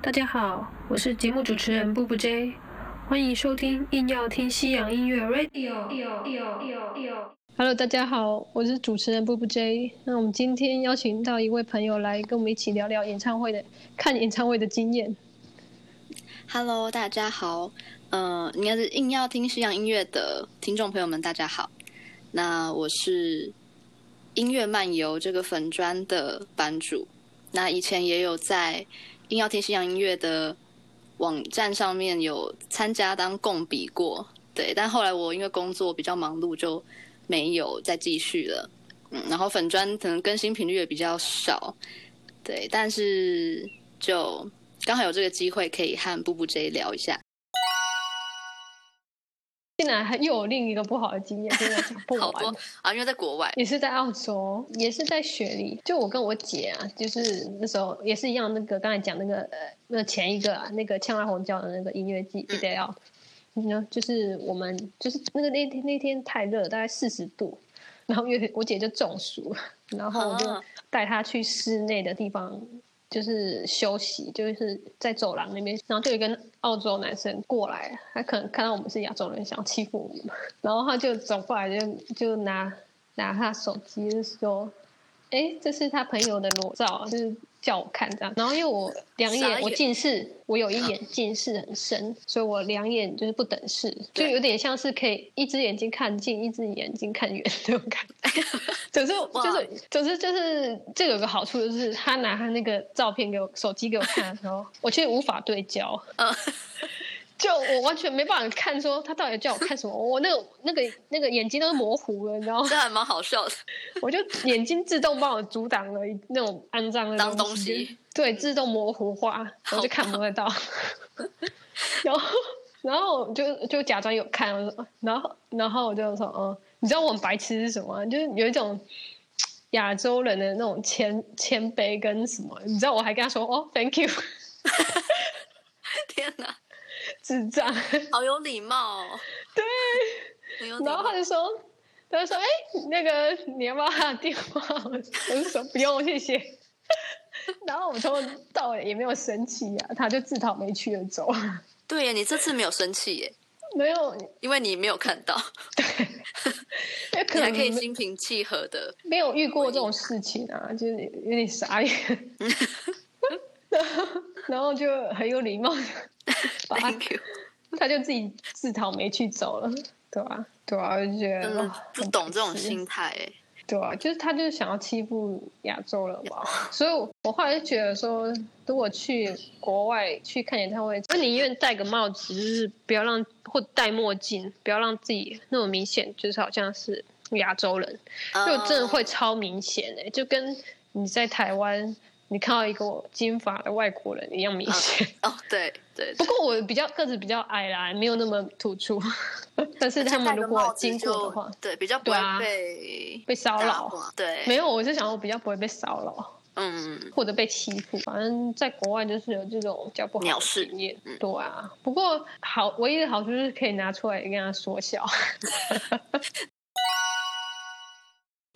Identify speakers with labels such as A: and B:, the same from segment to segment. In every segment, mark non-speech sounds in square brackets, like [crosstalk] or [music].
A: 大家好，我是节目主持人步步 J，欢迎收听硬要听西洋音乐 Radio。Hello，大家好，我是主持人步步 J。那我们今天邀请到一位朋友来跟我们一起聊聊演唱会的看演唱会的经验。
B: Hello，大家好，呃，应该是硬要听西洋音乐的听众朋友们，大家好。那我是音乐漫游这个粉砖的版主，那以前也有在硬要听西洋音乐的网站上面有参加当共笔过，对，但后来我因为工作比较忙碌，就没有再继续了。嗯，然后粉砖可能更新频率也比较少，对，但是就。刚好有这个机会可以和布布 J 聊一下。
A: 进来还又有另一个不好的经验，真的讲不
B: 好
A: 完
B: 多。啊，因为在国外，
A: 也是在澳洲，也是在雪梨。就我跟我姐啊，就是那时候也是一样，那个刚才讲那个呃，那前一个、啊、那个呛辣红椒的那个音乐季 d a Out，然后就是我们就是那个那天那天太热，大概四十度，然后月我姐就中暑，然后我就
B: 啊
A: 带她去室内的地方。就是休息，就是在走廊那边，然后就有一个澳洲男生过来，他可能看到我们是亚洲人，想欺负我们，然后他就走过来就，就拿拿他手机，就说：“哎，这是他朋友的裸照，啊就是叫我看这样。”然后因为我两
B: 傻
A: 眼
B: 眼
A: 我近视，我有一眼近视很深，所以我两眼就是不等式，就
B: 对
A: 有点像是可以一只眼睛看近，一只眼睛看远那种感
B: [laughs]
A: 觉。总之就是总之就是这有个好处，就是他拿他那个照片给我手机给我看的时候，我却无法对焦，
B: 嗯，
A: 就我完全没办法看说他到底叫我看什么，我那个那个那个眼睛都是模糊了，你知道吗？
B: 这还蛮好笑的。 [laughs]
A: 我就眼睛自动帮我阻挡了一那种肮脏的
B: 脏
A: 东
B: 东西，
A: 对，自动模糊化，我就看不得到。 [laughs] 然后，然后我就就假装有看，我说，然后，然后我就说，嗯，你知道我很白痴是什么吗？就是有一种亚洲人的那种谦谦卑跟什么，你知道，我还跟他说，哦，thank you，
B: 天哪，
A: 智障。
B: 好有礼貌哦，
A: 对，
B: 很有礼
A: 然后
B: 貌
A: 他。就说，他就说，哎、那个你要不要他的电话？ [laughs] 我就说不用，谢 [laughs] 谢。然后我从头到尾也没有生气啊，他就自讨没趣的走，
B: 对耶，你这次没有生气耶，
A: [laughs] 没有，
B: 因为你没有看
A: [laughs]
B: 到，
A: 因为可
B: 你还
A: 能
B: 可以心平气和的。
A: 没有遇过这种事情啊，就是有点傻眼。 [laughs] 然后然后就很有礼
B: [laughs]
A: 貌的把他，
B: Thank you，
A: 他就自己自讨没趣走了，对吧、对啊，我就觉得
B: 真
A: 哇
B: 的不懂这种心态耶。
A: 对啊，就是他就是想要欺负亚洲人吧，所以我我后来就觉得说，如果去国外去看演唱会，我宁愿戴个帽子，就是不要让或戴墨镜，不要让自己那么明显，就是好像是亚洲人，就真的会超明显哎、就跟你在台湾你看到一个金发的外国人一样明显。
B: 哦，哦对对，
A: [laughs] 不过我比较个子比较矮啦，没有那么突出， [laughs] 但是他们如果经过的话
B: 就，对，比较不
A: 对啊
B: 会被
A: 被骚
B: 打
A: 扰。
B: 垮。对，
A: 没有，我是想我比较不会被骚扰
B: 嗯，
A: 或者被欺负，反正在国外就是有这种比较不好
B: 鸟
A: 的
B: 事
A: 经验。
B: 嗯
A: 对啊，不过好，唯一的好处就是可以拿出来跟他说笑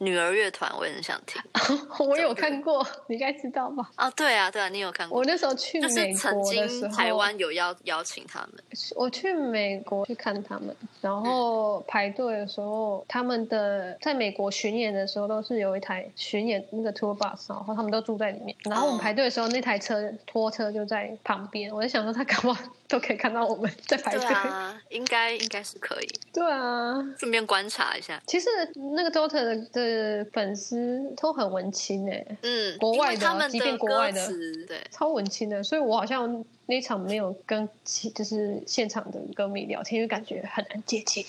B: 女儿乐团我也很想听。
A: [laughs] 我有看过，你应该知道吧？
B: 哦，对啊，对啊，你有看过
A: 我？那时候去
B: 但
A: 美
B: 是曾
A: 国的时
B: 经
A: 候，
B: 台湾有邀邀请他们，
A: 我去美国去看他们，
B: 嗯
A: 然后排队的时候，他们的在美国巡演的时候都是有一台巡演那个 tour bus，然后他们都住在里面。然后我
B: 哦
A: 们排队的时候，那台车拖车就在旁边，我就想说他搞不好 [laughs] 都可以看到我们在排
B: 对
A: 队。
B: 啊，应该应该是可以，
A: 对啊
B: 顺便观察一下。
A: 其实那个 Dota 的的粉丝都很文青诶、
B: 嗯，
A: 国外的啊
B: 因为他们
A: 即便国
B: 歌
A: 外的
B: 词，对，
A: 超文青的，所以我好像那场没有跟其就是现场的歌迷聊天，因为感觉很难接近。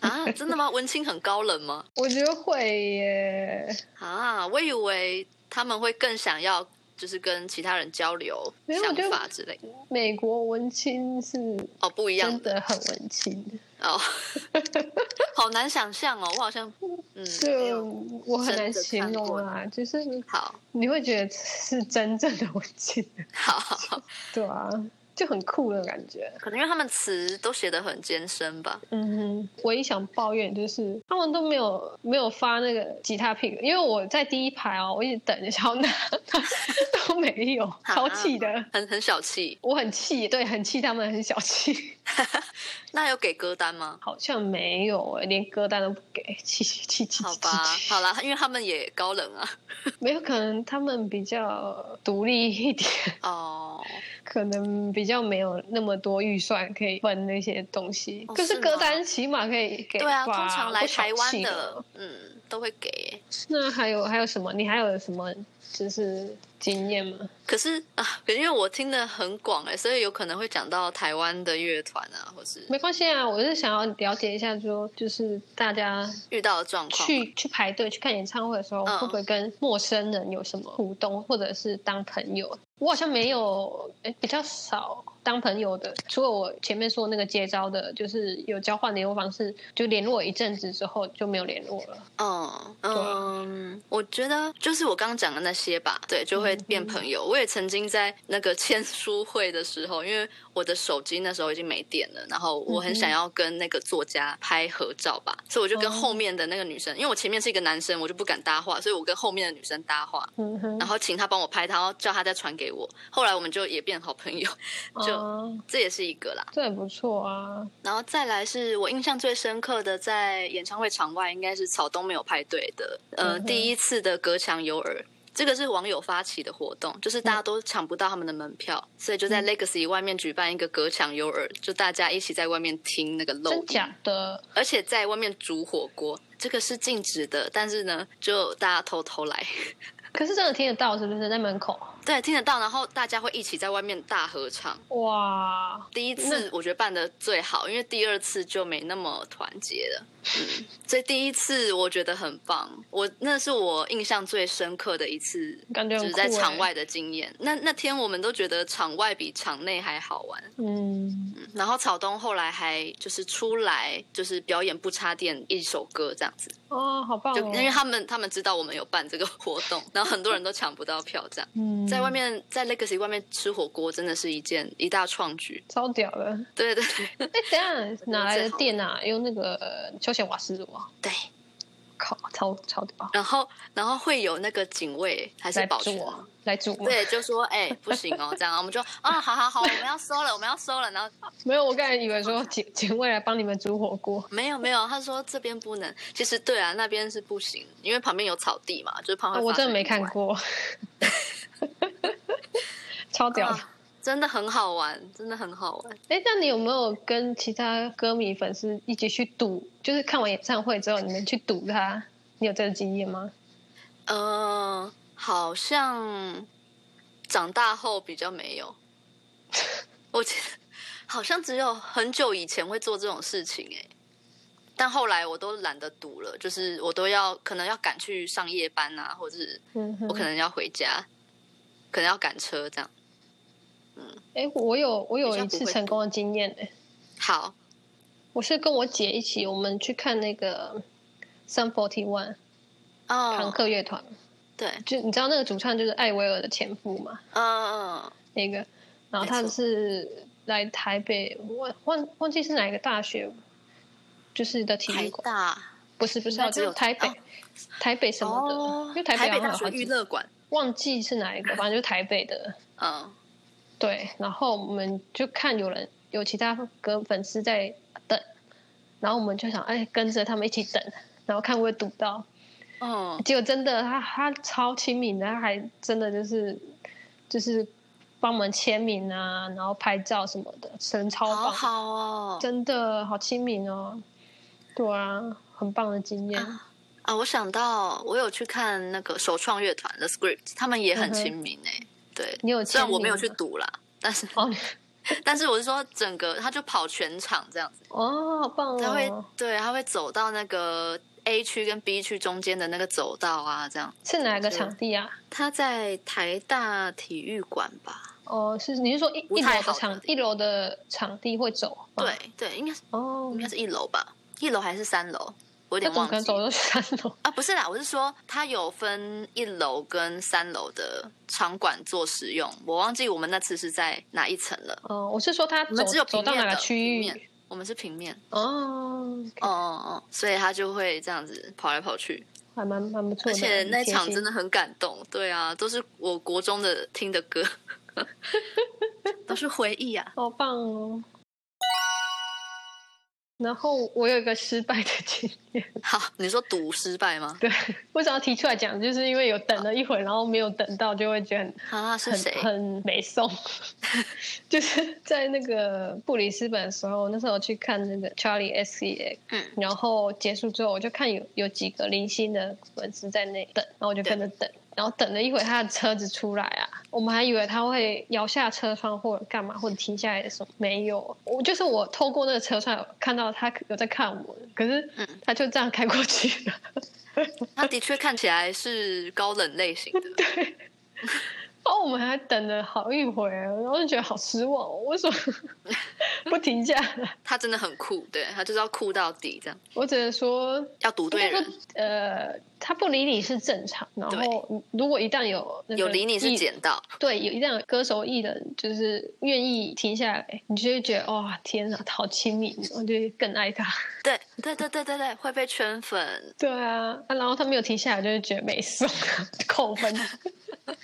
B: 啊，真的吗？文青很高冷吗？
A: 我觉得会耶，
B: 啊，我以为他们会更想要就是跟其他人交流
A: 没有我
B: 想
A: 觉得
B: 法之类的。
A: 美国文青是
B: 哦，不一样
A: 真的很文青， [laughs]
B: 哦，好难想象哦，我好像嗯，没
A: 就
B: 有
A: 我很难形容啊，就是
B: 好
A: 你会觉得是真正的文青，
B: 好好好，
A: 对啊，就很酷的感觉。
B: 可能因为他们词都写的很艰深吧。
A: 嗯哼，唯一想抱怨就是他们都没有没有发那个吉他 pick，因为我在第一排哦，我一直等着小娜，她 [laughs] 都没没有，
B: 啊
A: 超气的，
B: 很很小气。
A: 我很气，对，很气他们很小气，
B: 那有给歌单吗？
A: 好像没有哎，连歌单都不给，气气气气，
B: [laughs] 好吧，好啦，因为他们也高冷啊。
A: 没有，可能他们比较独立一点， [laughs]
B: 哦，
A: 可能比较没有那么多预算可以分那些东西。
B: 哦
A: 可是
B: 是吗
A: 歌单起码可以给吧，
B: [laughs] 对啊，通常来
A: 不小
B: 台湾
A: 气
B: 的，嗯，都会给耶。
A: 那还有还有什么？你还有什么就是经验吗？
B: 可是啊，可是因为我听的很广哎，所以有可能会讲到台湾的乐团啊，或是
A: 没关系啊，我是想要了解一下说，就是大家
B: 遇到的状况。
A: 去去排队去看演唱会的时候，
B: 嗯
A: 会不会跟陌生人有什么互动，或者是当朋友？我好像没有，哎，比较少当朋友的。除了我前面说那个接招的，就是有交换联络方式，就联络一阵子之后就没有联络了。
B: 嗯
A: 啊
B: 嗯，我觉得就是我刚刚讲的那些吧，对，就会
A: 嗯
B: 变朋友。我也曾经在那个签书会的时候，因为我的手机那时候已经没电了，然后我很
A: 嗯
B: 想要跟那个作家拍合照吧，所以我就跟
A: 哦
B: 后面的那个女生，因为我前面是一个男生，我就不敢搭话，所以我跟后面的女生搭话，
A: 嗯哼
B: 然，后请她帮我拍，然后叫她再传给我。后来我们就也变好朋友， [laughs] 就
A: 啊、
B: 这也是一个啦。
A: 这很不错啊。
B: 然后再来是我印象最深刻的，在演唱会场外应该是草东没有派对的，呃，
A: 嗯哼
B: 第一次的隔墙有耳。这个是网友发起的活动，就是大家都抢不到他们的门票，所以
A: 嗯
B: 就在 Legacy 外面举办一个隔墙有耳，就大家一起在外面听那个漏
A: 真
B: 音，
A: 假的？
B: 而且在外面煮火锅，这个是禁止的，但是呢，就大家偷偷来， [laughs]
A: 可是真的听得到，是不是在门口？
B: 对，听得到，然后大家会一起在外面大合唱。
A: 哇，
B: 第一次我觉得办的最好，因为第二次就没那么团结了。嗯，所以第一次我觉得很棒，我那是我印象最深刻的一次，
A: 感觉
B: 就
A: 很
B: 是在
A: 酷欸
B: 场外的经验。那那天我们都觉得场外比场内还好玩。
A: 嗯，
B: 嗯然后草东后来还就是出来就是表演不插电一首歌这样子，
A: 哦，好棒
B: 就因为
A: 哦。
B: 他们他们知道我们有办这个活动， [laughs] 然后很多人都抢不到票这样。
A: 嗯，
B: 在外面，在 Legacy 外面吃火锅，真的是一件一大创举。
A: 超屌
B: [laughs]
A: 的。
B: 对对对，
A: 哎，等一下哪来的电啊？用那个呃休闲瓦斯炉啊？ [laughs]
B: 对，
A: 靠，超超屌！
B: 然后然后会有那个警卫还是
A: 来
B: 保
A: 煮
B: 全。啊
A: 我，来煮我。
B: 对，就说哎、不行哦，这样，我们就啊，好好好，我们要收了，我们要收了。然后
A: 没有，我刚才以为说警警卫来帮你们煮火锅。
B: 没有没有，他说这边不能。其实对啊，那边是不行，因为旁边有草地嘛，就是旁
A: 啊
B: 边、
A: 我真的没看，过， [laughs] 超屌的！
B: 啊真的很好玩，真的很好玩。
A: 哎、那你有没有跟其他歌迷粉丝一起去赌？就是看完演唱会之后，你们去赌他？你有这个经验吗？
B: 呃，好像长大后比较没有，我记得好像只有很久以前会做这种事情哎、但后来我都懒得赌了，就是我都要可能要赶去上夜班啊，或者是
A: 嗯哼
B: 我可能要回家，可能要赶车这样。
A: 哎、我有我有
B: 比较
A: 一
B: 不
A: 次
B: 会
A: 成功的经验呢、
B: 好，
A: 我是跟我姐一起，我们去看那个 Sun Forty One 朋
B: 哦，
A: 克乐团，
B: 对，
A: 就你知道那个主唱就是艾薇儿的前夫嘛？
B: 嗯嗯
A: 那个，然后
B: 没
A: 他
B: 错
A: 是来台北，忘忘忘记是哪一个大学，就是的体
B: 嗯，
A: 育
B: 台
A: 馆，
B: 大
A: 不是不是，
B: 那
A: 哦
B: 只
A: 就
B: 有
A: 是台北
B: 哦，
A: 台北什么的，
B: 哦
A: 因为，台
B: 台
A: 北
B: 北
A: 好
B: 大
A: 像
B: 学
A: 有好
B: 娱
A: 几，
B: 乐馆，
A: 忘记是哪一个，反正就是台北的，
B: 嗯，
A: 对，然后我们就看有人有其他歌粉丝在等，然后我们就想哎跟着他们一起等，然后看会不会堵到，
B: 嗯，
A: 结果真的，他他超亲民的，他还真的就是就是帮我们签名啊，然后拍照什么的，人超
B: 好
A: 棒，
B: 好哦，
A: 真的好亲民哦。对啊，很棒的经验。
B: 啊啊，我想到我有去看那个首创乐团的 Script，他们也很
A: 嗯哼
B: 亲民哎、对，
A: 你有
B: 虽
A: 签
B: 然
A: 名吗？
B: 我没有去赌啦，但是
A: 哦你
B: 但是我是说整个他就跑全场这样子，
A: 哦，好棒
B: 他会、
A: 哦！
B: 对他会走到那个 A 区跟 B 区中间的那个走道啊，这样。
A: 是哪个场地啊？
B: 他在台大体育馆吧？
A: 哦，是你是说一
B: 不
A: 一
B: 太
A: 楼的
B: 好
A: 场
B: 的
A: 一楼的场地会走吗？
B: 对对，应该是
A: 哦
B: 应，该是一楼吧？一楼还是三楼？我有
A: 那
B: 点
A: 怎么
B: 忘
A: 可能
B: 记
A: 走到三
B: [laughs]
A: 楼？
B: 啊，不是啦，我是说它有分一楼跟三楼的场馆做使用，我忘记我们那次是在哪一层了。
A: 哦，我是说他
B: 我
A: 走
B: 们只有
A: 走
B: 平
A: 到
B: 面
A: 哪
B: 的
A: 个区
B: 平
A: 域？
B: 面，我们是平面。嗯
A: 哦，
B: 哦哦哦，所以他就会这样子跑来跑去。
A: 还蛮蛮不错的。
B: 而且那场真
A: 的
B: 的很感动，对啊，都是我国中的听的歌， [laughs] 都是回忆啊。
A: 好棒哦。然后我有一个失败的经验，
B: 好，你说赌失败吗？
A: 对， [laughs] 为什么要提出来讲？就是因为有等了一会，然后没有等到，就会觉得很
B: 啊，是
A: 很
B: 谁？
A: 很没
B: [laughs]
A: 送，就是在那个布里斯本的时候，那时候我去看那个 Charlie S E X，
B: 嗯，
A: 然后结束之后，我就看有有几个零星的粉丝在那等，然后我就跟着等，然后等了一会，他的车子出来啊，我们还以为他会摇下车窗或者干嘛，或者停下来的时候，没有，我就是我透过那个车窗有看到他有在看我，可是
B: 嗯
A: 他就这样开过去了。
B: 他的确看起来是高冷类型的。
A: 然后我们还等了好一会儿，然后就觉得好失望、哦，为
B: [laughs]
A: 什么不停下来？
B: 他真的很酷，对他就是要酷到底，这样
A: 我只能说，
B: 要赌对人，
A: 呃，他不理你是正常。然后，如果一旦有、那个
B: 有理你是
A: 艺，
B: 捡到，
A: 对，有一旦有歌手艺人就是愿意停下来，你就会觉得哇，天哪，好亲民，我就更爱他。 [laughs]
B: 对对对对对对，会被圈粉
A: 对啊，啊然后他没有停下来，就会觉得没送， [laughs] 扣分。 [laughs]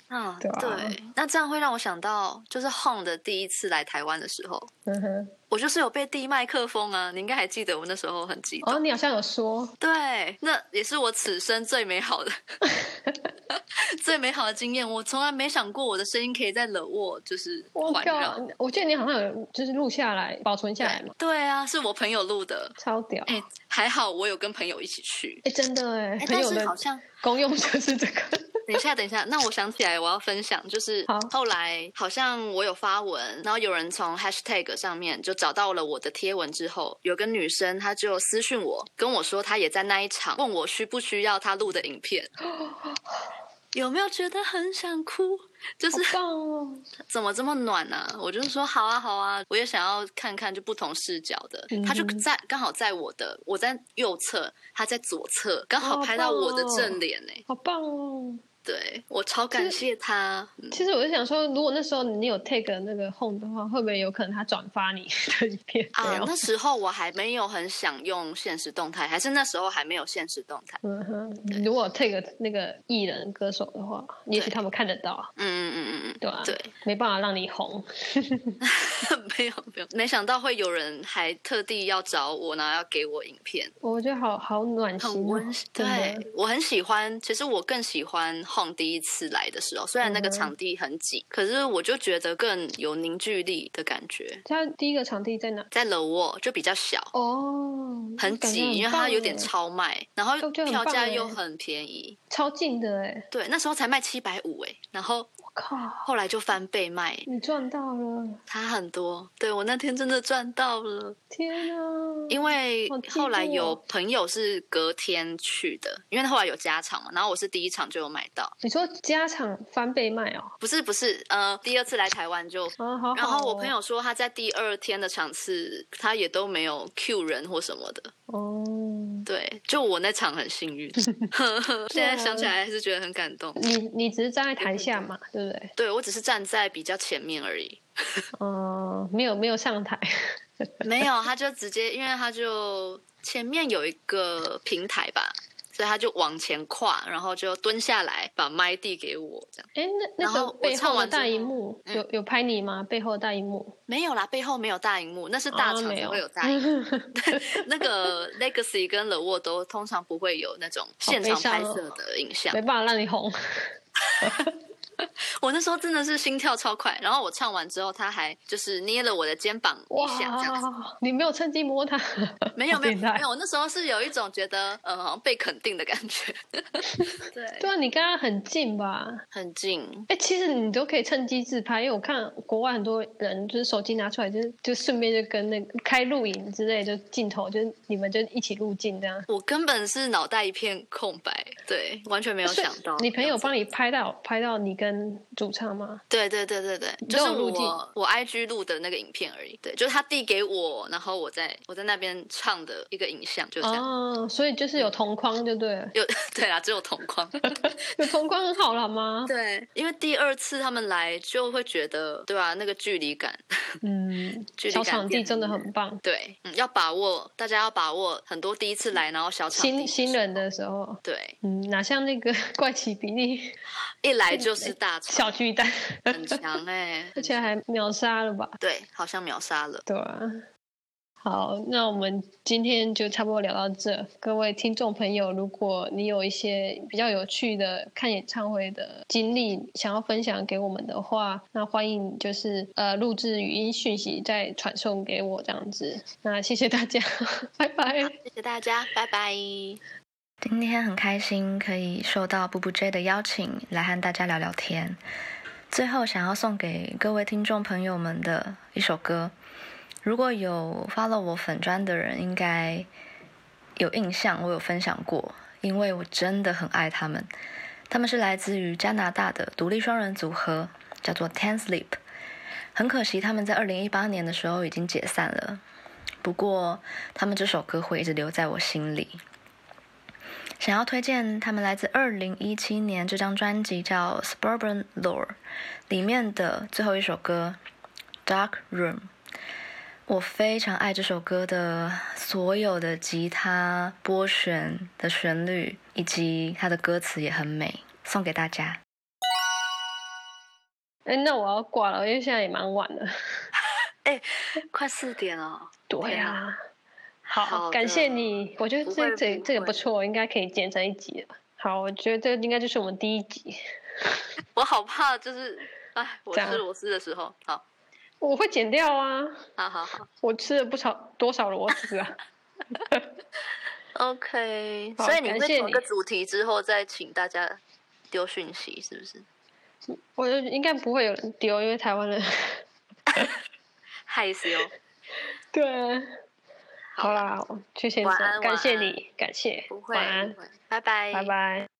B: 啊，
A: 对啊
B: 对，那这样会让我想到，就是 Home 的第一次来台湾的时候，
A: 嗯哼，
B: 我就是有被递麦克风啊，你应该还记得，我那时候很激动，
A: 哦，你好像有说，
B: 对，那也是我此生最美好
A: [laughs]
B: 的最美好的经验，我从来没想过我的声音可以在冷沃就是
A: 我
B: 环
A: 靠
B: 绕，，
A: 我记得你好像有就是录下来，保存下来嘛
B: 对，对啊，是我朋友录的，
A: 超屌。
B: 哎，还好我有跟朋友一起去，
A: 哎、真的哎，
B: 哎，
A: 朋
B: 但
A: 友
B: 是
A: 的
B: 好像。
A: 功用就是这个。
B: 等一下，等一下，那我想起来，我要分享，就是
A: 好
B: 后来好像我有发文，然后有人从 hashtag 上面就找到了我的贴文之后，有个女生她就私讯我，跟我说她也在那一场，问我需不需要她录的影
A: [laughs]
B: 片，有没有觉得很想哭？ [laughs] 就是啊
A: 好棒哦！
B: 怎么这么暖呢、啊？我就是说好啊好啊，我也想要看看就不同视角的。
A: 嗯哼
B: 他就在刚好在我的，我在右侧，他在左侧，刚好拍到我的
A: 哦
B: 正脸呢、
A: 好棒哦！
B: 对我超感谢他，嗯
A: 其实我就想说，如果那时候你有 take 那个 home 的话，会不会有可能他转发你的影片？没
B: 啊，
A: 有
B: 那时候我还没有很想用现实动态，还是那时候还没有现实动态。
A: 嗯哼，如果 take 那个艺人歌手的话，也许他们看得到，啊
B: 嗯嗯嗯
A: 对吧、啊
B: 对，
A: 没办法让你红。
B: 嗯， [laughs] 没有没有，没想到会有人还特地要找我，然后要给我影片，
A: 我觉得好好暖心、哦，
B: 很温馨。
A: 真的
B: 对，我很喜欢，其实我更喜欢 Home 第一次来的时候，虽然那个
A: 嗯哼
B: 场地很挤，可是我就觉得更有凝聚力的感觉。
A: 他第一个场地在哪？
B: 在 l o 就比较小。
A: 哦，
B: 很
A: 感觉
B: 挤，因为
A: 棒哎
B: 它有点
A: 耶
B: 超卖，然后
A: 就就很
B: 票
A: 棒
B: 价
A: 耶
B: 又很便宜，
A: 超近的哎，
B: 对，那时候才卖七百五哎，然后
A: 我靠，
B: 后来就翻倍卖，
A: 你赚到了！
B: 差很多。对我那天真的赚到了，
A: 天啊！
B: 因为
A: 好激
B: 后来
A: 动哦
B: 有朋友是隔天去的，因为后来有加场嘛，然后我是第一场就有买到，
A: 你说家常翻倍卖哦？
B: 不是不是，呃，第二次来台湾就。
A: 啊，好好哦。
B: 然后我朋友说他在第二天的场次，他也都没有 Q 人或什么的。
A: 哦，
B: 对，就我那场很
A: [laughs]
B: 幸运。 [laughs] 现在想起
A: 啊
B: 来还是觉得很感动。
A: 你你只是站在台下嘛，对不对？
B: 对我只是站在比较前面而已，
A: 嗯，没有没有上台。
B: 没有，他就直接，因为他就前面有一个平台吧，所以他就往前跨，然后就蹲下来把麦递给我，这样
A: 哎，那那
B: 然后
A: 个
B: 我
A: 背
B: 唱
A: 后
B: 完
A: 的
B: 之后
A: 大荧幕
B: 嗯
A: 有有拍你吗？背后的大荧幕
B: 没有啦，背后没有大荧幕，那是大
A: 啊
B: 厂
A: 没
B: 才
A: 有
B: 会哦有大荧 [laughs] 幕，那个 Legacy 跟 The w o 都通常不会有那种现场拍摄的影像
A: 没。办法让你红。
B: 我那时候真的是心跳超快，然后我唱完之后，他还就是捏了我的肩膀一下，这样子。
A: 哇，你没有趁机摸他，
B: [laughs] 没有
A: 好
B: 没有
A: 变态
B: 没有，我那时候是有一种觉得呃好像被肯定的感觉， [laughs] 对 [laughs]
A: 对啊，你跟他很近吧？
B: 很近，
A: 哎，其实你都可以趁机自拍，因为我看国外很多人就是手机拿出来，就是就顺便就跟那个开录影之类，就镜头就是你们就一起入镜这样。
B: 我根本是脑袋一片空白，对，完全没有
A: 所以
B: 想到。
A: 你朋友帮
B: 你？
A: 你拍到拍到你跟主唱吗？
B: 对对对对对，就
A: 都
B: 是
A: 有入镜
B: 我我 IG 录的那个影片而已，对，就是他递给我，然后我在我在那边唱的一个影像，就这样。嗯
A: 哦，所以就是有同框就对了，
B: 有 [laughs] 对啦，只有同
A: [laughs]
B: 框。
A: 有同框很好了
B: [laughs]
A: 吗？
B: 对，因为第二次他们来就会觉得，对啊，那个距离感，
A: 嗯，
B: 距离
A: 小
B: 感
A: 场地
B: 变
A: 真的
B: 远
A: 很棒。
B: 对，嗯，要把握，大家要把握很多第一次来，然后小场地
A: 新新人的时候，
B: 对，
A: 嗯，哪像那个 [laughs] 怪奇比利
C: 一来就是大厂，
A: 小巨
B: [laughs]
A: 蛋， [laughs]
C: 很强哎、
A: 而且还秒杀了吧？
C: 对，好像秒杀了。
A: 对啊。好，那我们今天就差不多聊到这。各位听众朋友，如果你有一些比较有趣的看演唱会的经历，想要分享给我们的话，那欢迎就是呃录制语音讯息再传送给我这样子。那谢谢大家， [laughs] 拜拜。
C: 谢谢大家，拜拜。
B: 今天很开心可以受到布布 J 的邀请来和大家聊聊天。最后，想要送给各位听众朋友们的一首歌，如果有 follow 我粉砖的人，应该有印象，我有分享过，因为我真的很爱他们。他们是来自于加拿大的独立双人组合，叫做 Ten Sleep。很可惜，他们在二零一八年的时候已经解散了。不过，他们这首歌会一直留在我心里。想要推荐他们来自二零一七年这张专辑叫《Suburban Lore》里面的最后一首歌《Dark Room》。我非常爱这首歌的所有的吉他拨弦的旋律，以及它的歌词也很美，送给大家。
A: 哎，那我要挂了，因为现在也蛮晚了。
C: 哎快四点哦。
A: 对啊，好，
C: 好的
A: 感谢你，我觉得
C: 不
A: 这
C: 会
A: 这
C: 不
A: 这个不
C: 会
A: 错，应该可以剪成一集了。好，我觉得这应该就是我们第一集。
C: 我好怕，就是哎，我
A: 这样
C: 是我是的时候，好，
A: 我会剪掉啊，
C: 好好好
A: 我吃了不少多少螺
C: [laughs]
A: 丝啊。
C: ，OK。
A: 好
C: 所以你
A: 感
C: 会
A: 谢
C: 有一个
A: 你
C: 主题之后再请大家丢讯息，是不是？
A: 我就应该不会有人丢，因为台湾人。 [laughs]
C: 害羞。
A: 对，好啦，去现
C: 晚
A: 场，
C: 安
A: 感谢
C: 晚安
A: 你，感谢
C: 不，会，
A: 晚安
C: 不，会拜拜，
A: 拜拜。